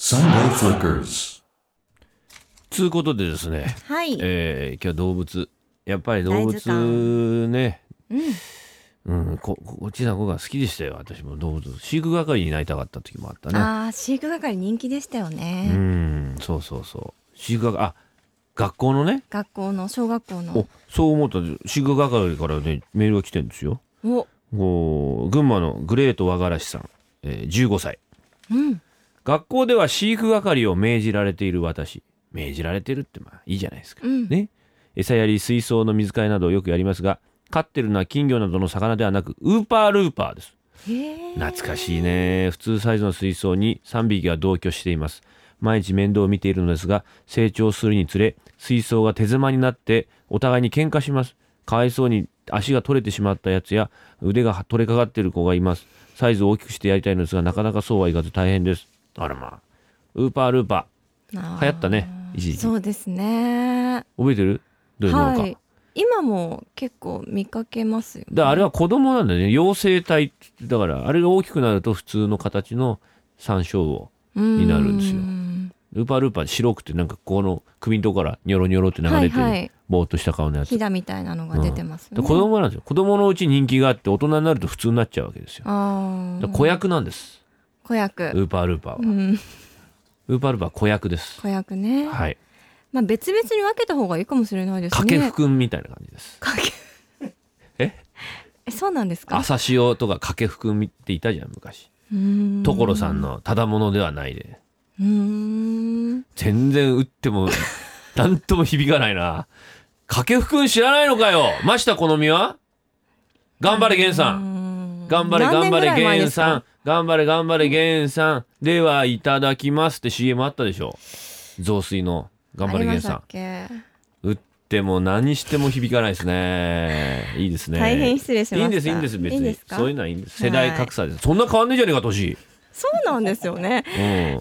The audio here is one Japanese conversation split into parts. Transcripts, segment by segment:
Sunday Flickers. つうことでです ね、はい、えー今日は動物やっぱり動大豆物ねうん、うんここ小さな子が好きでしたよ私も動物飼育係になりたかった時もあったねああ飼育係人気でしたよねう、んそうそうそう飼育係あ学校のね学校の小学校おのそう思ったんです飼育係からねメールが来てるんですよおこう群馬のグレート和がらしさん、えー15歳うん学校では飼育係を命じられている私命じられてるってまあいいじゃないですか、うんね餌やり水槽の水替えなどをよくやりますが飼ってるのは金魚などの魚ではなくウーパールーパーですへえ懐かしいね普通サイズの水槽に3匹が同居しています毎日面倒を見ているのですが成長するにつれ水槽が手狭になってお互いに喧嘩しますかわいそうに足が取れてしまったやつや腕が取れかかっている子がいますサイズを大きくしてやりたいのですがなかなかそうはいかず大変ですあらまあウーパールーパあーー流行ったね一時期そうですね覚えてるどういうものか、はい今も結構見かけますよねだからあれは子供なんだよね幼生体って言ってだからあれが大きくなると普通の形の山椒をになるんですようーんウーパールーパー白くてなんかこの首のとこからニョロニョロって流れてる、はいはいぼーっとした顔のやつひだみたいなのが出てますでよね、子供なんですよ子供のうち人気があって大人になると普通になっちゃうわけですよだかあらあ子役なんです子ウ役ーパールーパーは、うんウーパールーパーは子役です子役ね、はいまあ別々に分けた方がいいかもしれないですね掛布くんみたいな感じですかけええそうなんですか朝潮とか掛布くんっていたじゃん昔うーん所さんのただものではないでうーん全然打って もなんとも響かないな掛布くん知らないのかよました好みは頑張れ源さんん頑張れ頑張れゲンさんん頑張れ頑張れゲンさんではいただきますって CM あったでしょ雑炊の頑張れゲンさん打っても何しても響かないですねいいですね大変失礼しましたいいんですいいんです別にいいですかそういうのはいいんです世代格差です、そんな変わんねえじゃねえか年そうなんですよね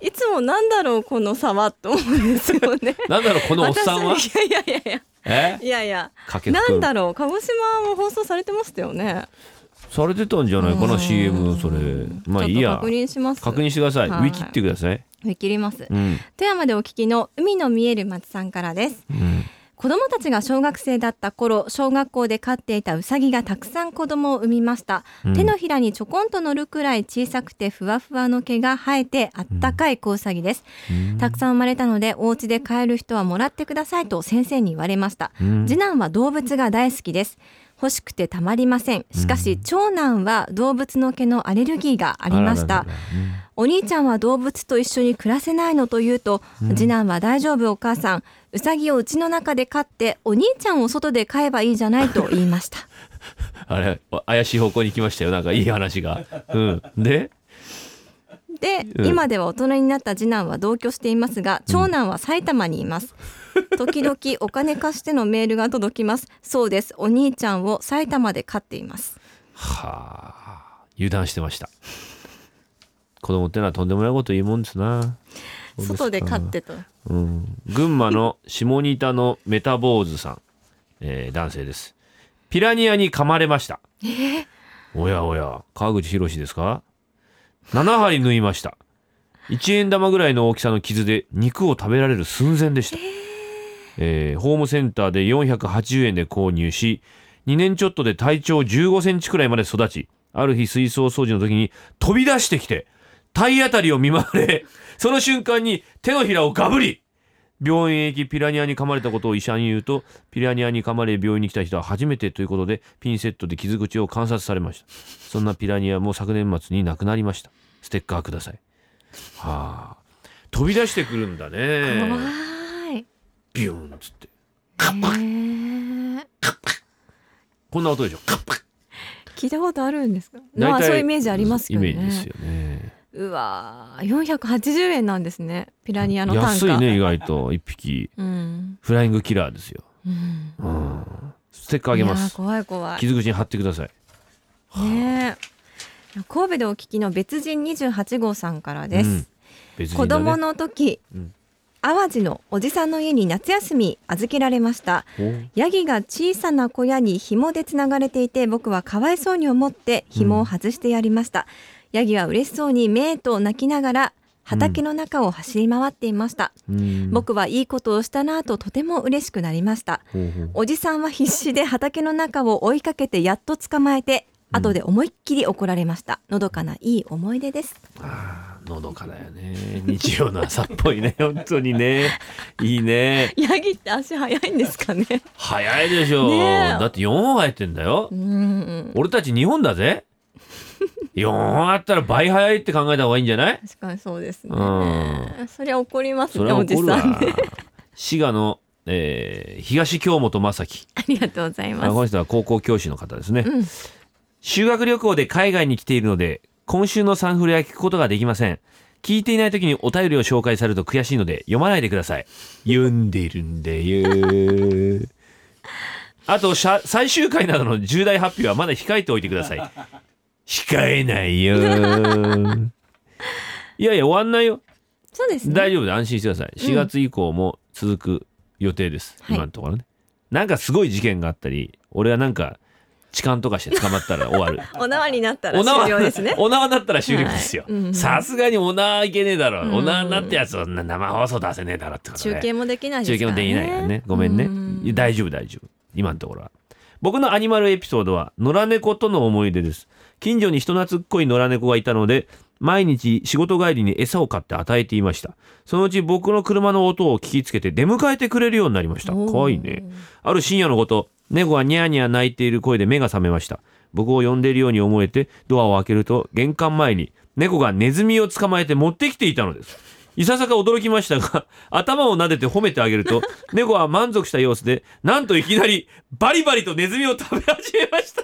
うんいつもなんだろうこの差はと思うんですよねなんだろうこのおっさんは私いやいやいやいやえいやいやかけなんんだろう鹿児島も放送されてましたよねされてたんじゃないかうなん CM それまあいいやちょっと確認します確認してください、はいウィキってください見切りますうん、富山でお聞きの海の見える町さんからですうん、子供たちが小学生だった頃小学校で飼っていたウサギがたくさん子供を産みました、うん手のひらにちょこんと乗るくらい小さくてふわふわの毛が生えてあったかい子ウサギです、たくさん生まれたのでお家で飼える人はもらってくださいと先生に言われました、うん次男は動物が大好きです欲しくてたまりませんしかし長男は動物の毛のアレルギーがありましあたららららうんお兄ちゃんは動物と一緒に暮らせないのと言うと、次男は大丈夫お母さんウサギを家の中で飼ってお兄ちゃんを外で飼えばいいじゃないと言い ましたあれ怪しい方向に行きましたよなんかいい話が。うん、でで、うん今では大人になった次男は同居していますが長男は埼玉にい ます、時々お金貸してのメールが届きますそうですお兄ちゃんを埼玉で飼っていますはあ油断してました。子供ってのはとんでもないこと言うもんですな。外で飼ってとうん、群馬の下仁田のメタボーズさん、えー男性です。ピラニアに噛まれました。おやおや、川口博ですか ?7 針縫いました。1円玉ぐらいの大きさの傷で肉を食べられる寸前でした。えーホームセンターで480円で購入し、2年ちょっとで体長15センチくらいまで育ち、ある日水槽掃除の時に飛び出してきて、体当たりを見舞われ、その瞬間に手のひらをガブリ病院へ行きピラニアに噛まれたことを医者に言うとピラニアに噛まれ病院に来た人は初めてということでピンセットで傷口を観察されましたそんなピラニアも昨年末に亡くなりましたステッカーくださいはあ飛び出してくるんだ怖ねい、ビューンっつってねえこんな音でしょカッパッ聞いたことあるんですか大まあ体そういうイメージありますけどねイメージですよねうわー、480円なんですね。ピラニアの単安価。いね意外と一匹うん。フライングキラーですよ、うん。うん、ステッカーあげまいやーす怖い怖い。傷口に貼ってくださいねえ神戸でお聞きの別人28号さんからです。うん別子人だね供の時、うん淡路のおじさんの家に夏休み預けられました。おヤギが小さな小屋に紐でつながれていて僕はかわいそうに思って紐を外してやりました、ヤギは嬉しそうにめーと泣きながら畑の中を走り回っていました、うん僕はいいことをしたなぁととても嬉しくなりましたほうほうおじさんは必死で畑の中を追いかけてやっと捕まえて後で思いっきり怒られましたのどかないい思い出ですあーのどかだよね日曜の朝っぽいね 本当にねいいねヤギって足早いんですかね早いでしょ、ねえだって4本入ってんだよ う、ん俺たち日本だぜ4本あったら倍早いって考えた方がいいんじゃない確かにそうですねうそりゃ怒りますそねれはおじ怒るわさんね滋賀の、えー東京本正樹ありがとうございあこまの人は高校教師の方ですね、うん修学旅行で海外に来ているので今週のサンフレは聞くことができません聞いていない時にお便りを紹介されると悔しいので読まないでください読んでるんだ よあとしゃ最終回などの重大発表はまだ控えておいてください控えない よいやいや終わんないよすそうです大ね丈夫で安心してください4月以降も続く予定です、はい今のところねなんかすごい事件があったり俺はなんか痴漢とかして捕まったら終 わるお縄になったらお縄終了ですね お縄だったら終了ですよはいうんうんさすがにお縄いけねえだろ、うんお縄になったやつは生放送出せねえだろってことで中継もできないで中す継かもらねできないからねごめんねうんいや大丈夫大丈夫今のところは僕のアニマルエピソードは野良猫との思い出です近所に人懐っこい野良猫がいたので毎日仕事帰りに餌を買って与えていましたそのうち僕の車の音を聞きつけて出迎えてくれるようになりましたおー可愛いねある深夜のこと猫がニャーニャー泣いている声で目が覚めました僕を呼んでいるように思えてドアを開けると玄関前に猫がネズミを捕まえて持ってきていたのですいささか驚きましたが頭を撫でて褒めてあげると猫は満足した様子でなんといきなりバリバリとネズミを食べ始めました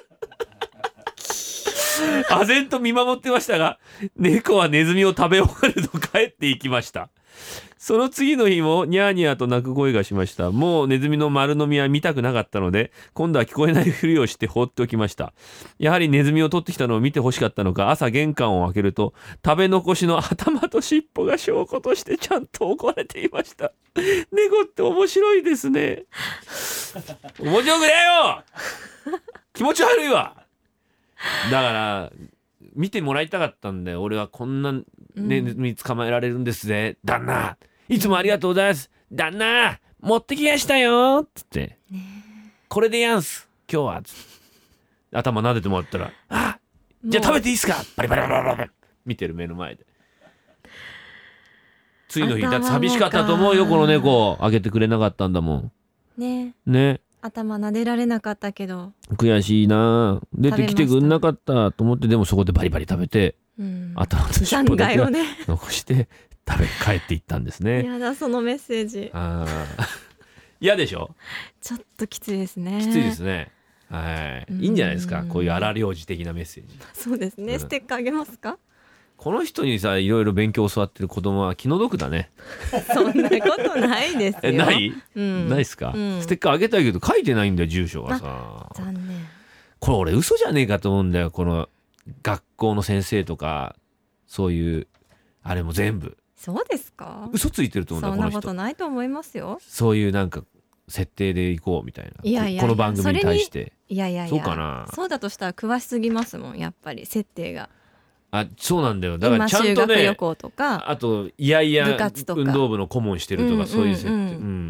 唖然と見守ってましたが猫はネズミを食べ終わると帰っていきましたその次の日もニャーニャーと鳴く声がしましたもうネズミの丸飲みは見たくなかったので今度は聞こえないふりをして放っておきましたやはりネズミを取ってきたのを見てほしかったのか朝玄関を開けると食べ残しの頭と尻尾が証拠としてちゃんと置かれていました猫って面白いですね面白くねえよ気持ち悪いわだから見てもらいたかったんだよ俺はこんなねうんネズミ捕まえられるんですぜ、旦那いつもありがとうございます旦那持ってきやしたよっつって、これでやんす今日はつって頭撫でてもらったら「あじゃあ食べていいっすか?」バリバリバリバリバリ見てる目の前で次の日だって寂しかったと思うよこの猫あげてくれなかったんだもんねね頭撫でられなかったけど、悔しいな出てきてくんなかったと思ってでもそこでバリバリ食べてうん、頭と尻残尾だけ骸をはね残して食べ帰っていったんですねやだそのメッセージあー嫌でしょちょっときついですねきついですね、はい、いいんじゃないですかうんこういう荒療治的なメッセージそうですね、うんステッカーあげますかこの人にさいろいろ勉強教わってる子供は気の毒だねそんなことないですよえない、うん、ないっすか、うんステッカーあげたいけど書いてないんだよ住所がさ残念これ俺嘘じゃねえかと思うんだよこの学校の先生とかそういうあれも全部そうですか嘘ついてると思そうんんだなよここの人とないと思いますよそういうなんか設定で行こうみたいないやいやいやこの番組に対していやいやいやそうかなそうだとしたら詳しすぎますもんやっぱり設定があそうなんだよだから今ちゃん修と学旅ね行とかあといやい部や活とか運動部の顧問してるとうんうかんそういう設定ううん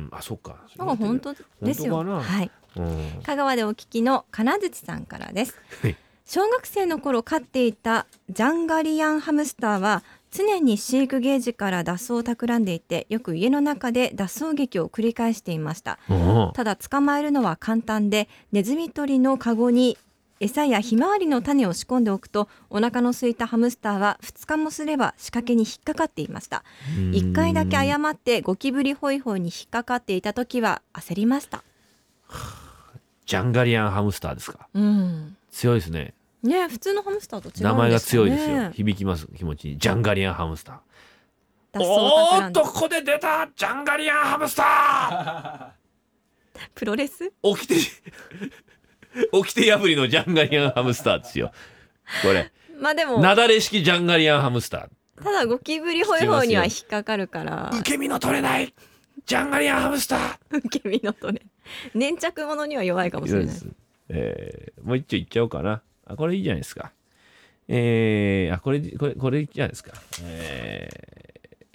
んあそっかなんか本当ですよ本当かなはいうん香川でお聞きの金槌さんからですはい小学生の頃飼っていたジャンガリアンハムスターは常に飼育ゲージから脱走を企んでいてよく家の中で脱走劇を繰り返していましたうんただ捕まえるのは簡単でネズミ捕りのカゴに餌やひまわりの種を仕込んでおくとお腹の空いたハムスターは2日もすれば仕掛けに引っかかっていました1回だけ誤ってゴキブリホイホイに引っかかっていた時は焦りましたジャンガリアンハムスターですかうん強いですねね普通のハムスターと違うんですよ名ね前が強いですよ響きます気持ちいいジャンガリアンハムスター脱走をおー企っんでとここで出たジャンガリアンハムスタプロレスー起きて起きて破りのジャンガリアンハムスターですよこれまあでもなだれ式ジャンガリアンハムスタただゴキブリホイホイには引っかかるからー受け身の取れないジャンガリアンハムスター受け身のとね粘着物には弱いかもしれないえーもう一丁いっちゃおうかなあこれいいじゃないですかえー、あこれこれこれいいじゃないですかえ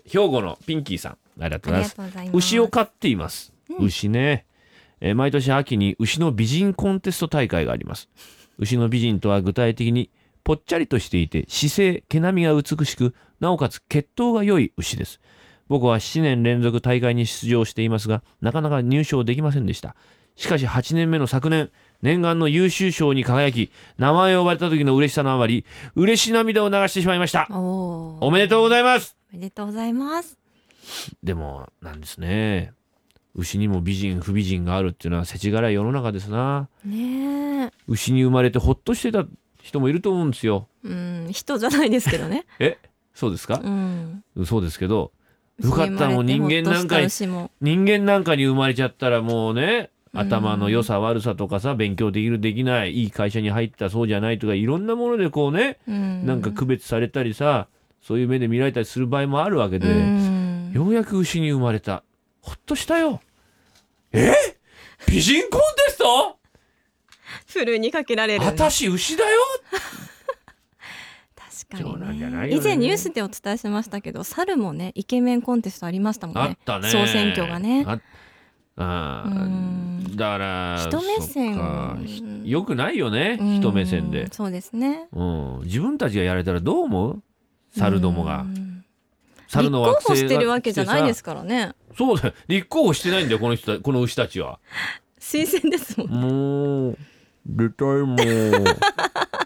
兵庫のピンキーさんありがとうございますありがとうございます牛を飼っています、うん牛ね、えー毎年秋に牛の美人コンテスト大会があります牛の美人とは具体的にぽっちゃりとしていて姿勢毛並みが美しくなおかつ血統が良い牛です僕は7年連続大会に出場していますがなかなか入賞できませんでしたしかし8年目の昨年念願の優秀賞に輝き名前を呼ばれた時の嬉しさのあまり嬉し涙を流してしまいましたおおーおめでとうございますおめでとうございますでもなんですね牛にも美人不美人があるっていうのは世知辛い世の中ですなねえ牛に生まれてほっとしてた人もいると思うんですようん人じゃないですけ どねえそうですかう、んそうですけどよかったもう牛人間に生まれてほっとなんしかたに牛も人間なんかに生まれちゃったらもうね頭の良さ悪さとかさ勉強できるできないいい会社に入ったそうじゃないとかいろんなものでこうねうんなんか区別されたりさそういう目で見られたりする場合もあるわけで、うんようやく牛に生まれた。ほっとしたよ。え美人コンテストふるいにかけられる確私牛だよかに冗談じゃなねいよね以前ニュースでお伝えしましたけど猿もねイケメンコンテストありましたもんあねったね。総選挙がねああーうんだから、人目線そっかひよくないよね、うん人目線で。そうですねうん、自分たちがやれたらどう思う猿どもうが。ん猿の惑立候補星がしてるわけじゃないですか。からねそうだよ。立候補してないんだよ、この人た、この牛たちは。推薦ですもんもう、出たいも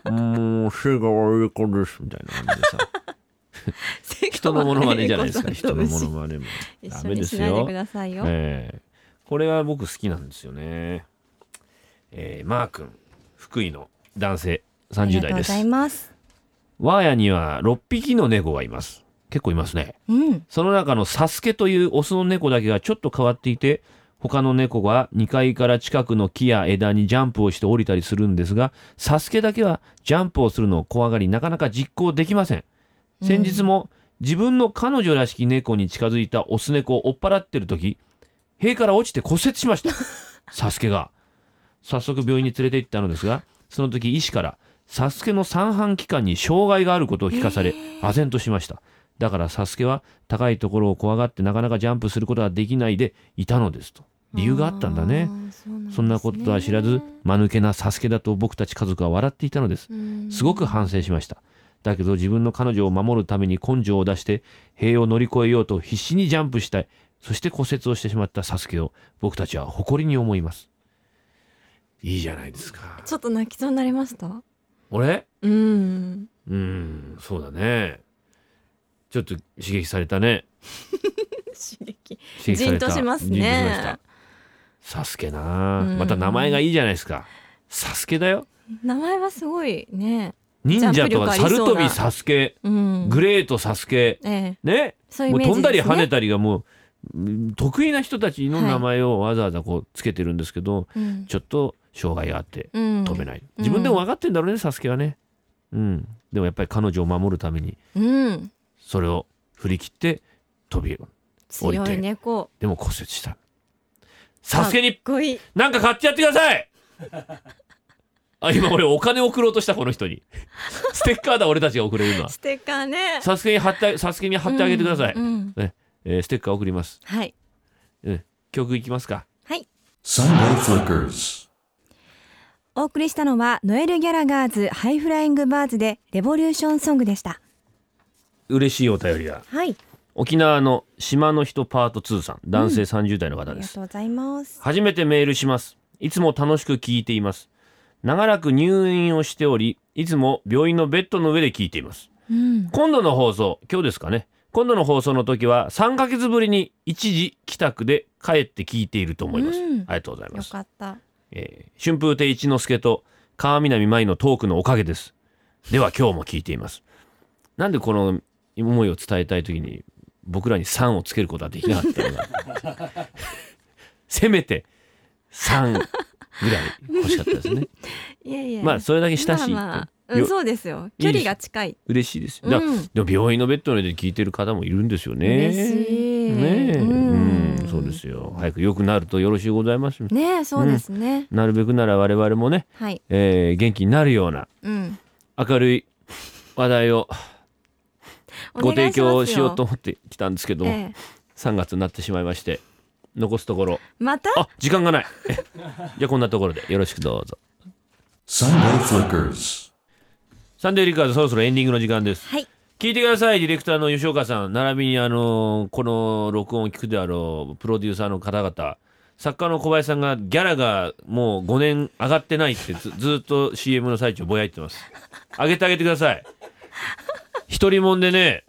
う、もう、背が悪い子です、みたいな感じでさ。人のものまねじゃない ですか、人のものまねも。一ダ緒メでにすしないでよく。ださいよ、ええこれは僕好きなんですよね。えー、マー君、福井の男性、あ30りがと代うごでざいす。ます我が家には6匹の猫がいます。結構いますね。うんその中のサスケというオスの猫だけがちょっと変わっていて、他の猫が2階から近くの木や枝にジャンプをして降りたりするんですが、サスケだけはジャンプをするのを怖がり、なかなか実行できません。先日も自分の彼女らしき猫に近づいたオス猫を追っ払ってる時、塀から落ちて骨折しました。サスケが。早速病院に連れて行ったのですが、その時医師から、サスケの三半規管に障害があることを聞かされ、唖然としました。だからサスケは高いところを怖がってなかなかジャンプすることができないでいたのですと。理由があったんだね。あーそうなんですねそんなことは知らず、間抜けなサスケだと僕たち家族は笑っていたのです。うんすごく反省しました。だけど自分の彼女を守るために根性を出して、塀を乗り越えようと必死にジャンプしたい。そして骨折をしてしまったサスケを僕たちは誇りに思います。いいじゃないですか。ちょっと泣きそうになりました俺うんうん、そうだね。ちょっと刺激されたね。刺激刺激されたじんとしますねじんとしましたサスケなあ、うんまた名前がいいじゃないですか。サスケだよ。名前はすごいね忍者とかジャンプ力あり猿そうな飛びサスケ、うんグレートサスケ、ええね。そういうイもうメージ飛んだり跳ねた、たりがもううん得意な人たちの名前をわざわざこうつけてるんですけど、うんちょっと障害があってうん、飛べない、自分でも分かってんだろうねサスケはねうんでもやっぱり彼女を守るためにうんそれを振り切って飛び降りて強い猫でも骨折したサスケにかっこいいなんか買ってやってくださいあ今俺お金送ろうとしたこの人にステッカーだ俺たちが送れるのはステッカーねサスケに貼ってサスケに貼ってあげてください、うんうんえーステッカー送りますはい曲いきますかはい Sunday Flickers. お送りしたのはノエル・ギャラガーズハイフライングバーズでレボリューションソングでした嬉しいお便りがはい沖縄の島の人パート2さん男性30代のあ方りでがす、とうございます初めてメールしますいつも楽しく聞いています長らく入院をしておりいつも病院のベッドの上で聞いていますうん今度の放送今日ですかね今度の放送の時は3ヶ月ぶりに一時帰宅で帰って聞いていると思います、うんありがとうございまよすかったえー春風亭一之輔と川南舞のトークのおかげですでは今日も聞いていますなんでこの思いを伝えたい時に僕らに「さん」をつけることはできなかったのか せめて「さん」ぐらい欲しかったですね いやいやまあそれだけ親しいって、まあまあうよん、そうですよいい距です離が近い嬉しいですよだうんでも病院のベッドの上で聞いてる方もいるんですよね嬉しいねえうんうんそうですよ早く良くなるとよろしゅうございますねえそうですね、なるべくなら我々もね、はいえー元気になるようなうん明るい話題をご提供しようとお思願いしってきたんですけどますも、よ。ええ3月になってしまいまして残すところまたあ時間がないじゃあこんなところでよろしくどうぞ Sunday Flickers. サンデーリカーズそろそろエンディングの時間ですはい聞いてくださいディレクターの吉岡さん並びにあのこの録音を聞くであろうプロデューサーの方々作家の小林さんがギャラがもう5年上がってないってずずーっと CM の最中ぼやいてます上げてあげてください一人もんでね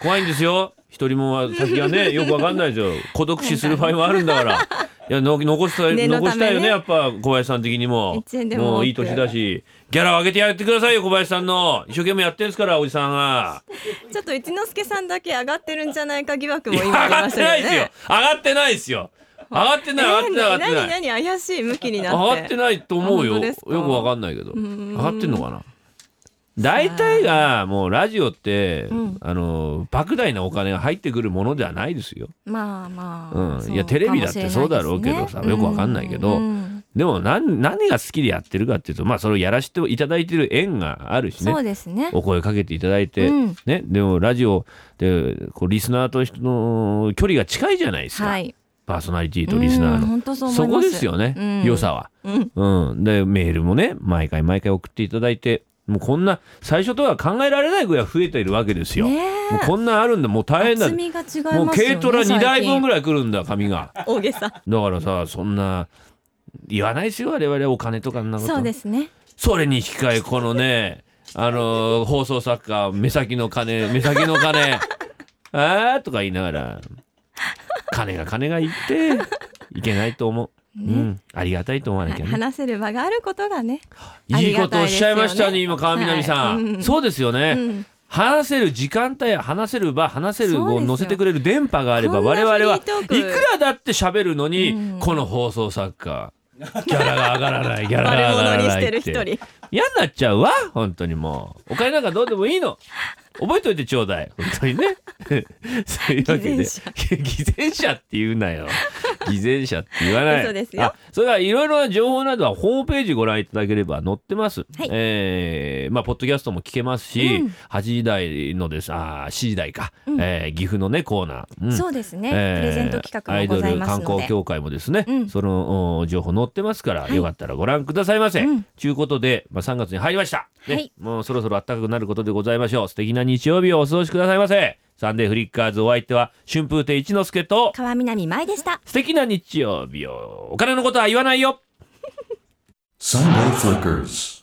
怖いんですよ一人もんは先がねよくわかんないですよ孤独死する場合もあるんだからいやの残したい、 念の残ためねしたいよねやっぱ小林さん的にも一円でも多くもういい年だしギャラを上げてやってくださいよ小林さんの一生懸命やってるんですからおじさんがちょっと一之輔さんだけ上がってるんじゃないか疑惑いもや上今ありがまっしてたないでよすよね。上がってないですよ上がってない上がってない上がってない何何怪しい向きにな上っがて。ってないと思うよ本当よですかくわかんないけど上んがってんのかな大体がもうラジオって、うんあの莫大なお金が入ってくるものではないですよまあまあ。うんそいやテレビだってかもしれないですそうだろうけどさよくわかんないけどんでも何何が好きでやってるかっていうとまあそれをやらせていただいてる縁があるしねそうですね。お声かけていただいて、うんね、でもラジオでこうリスナーと人の距離が近いじゃないですか、はい。パーソナリティとリスナーうんの、本当そう思いそまこす。ですよね、うん良さは、うん。うん、でメールもね毎回毎回送っていただいてもうこんな最初とは考えられないぐらい増えているわけですよ、ねもうこんなんあるんだもう大変だ厚みが違いますよね。もう軽トラ2台分ぐらい。らい来るんだ紙が大げさ。だからさそんな言わないですよ我々お金とかんなことそうですね。それに引き換えこのねあのー放送作家目先の金目先の金 あーとか言いながら金が金が言っていけないと思う、うんありがたいと思わなはいきゃね、話せる場があることがね。い、いことをおっしゃいましたねあり今がた川いですよね南さん、はいうんそうですよね、うん話せる時間帯話せる場話せるそうをです載よせてくれる電波があればこんな我々はフリートーいクくらだって喋るのに、うんこの放送作家ギャラが上がらないギャラが悪上が者らになしいっててる一人。嫌になっちゃうわ本当にもうお金なんかどうでもいいの覚えといてちょうだい本当にね そういうわけで偽善者偽善者って言うなよ偽善者って言わない嘘ですよあそれからいろいろな情報などはホームページご覧いただければ載ってます、はいえーまあポッドキャストも聞けますし、うん8時台のですあー7時台か、うんえー岐阜のねコーナー、うんそうですね。えープレゼント企画もございますアイドル観ので光。協会もですね、うんそのお情報載ってますから、はいよかったらご覧くださいませ。うんということで、まあ、3月に入りました、ねはいもうそろそろ暖かくなることでございましょう素敵な日曜日をお過ごしくださいませサンデーフリッカーズお相手は春風亭一之輔と川南舞でした。素敵な日曜日をお金のことは言わないよ Sunday Flickers.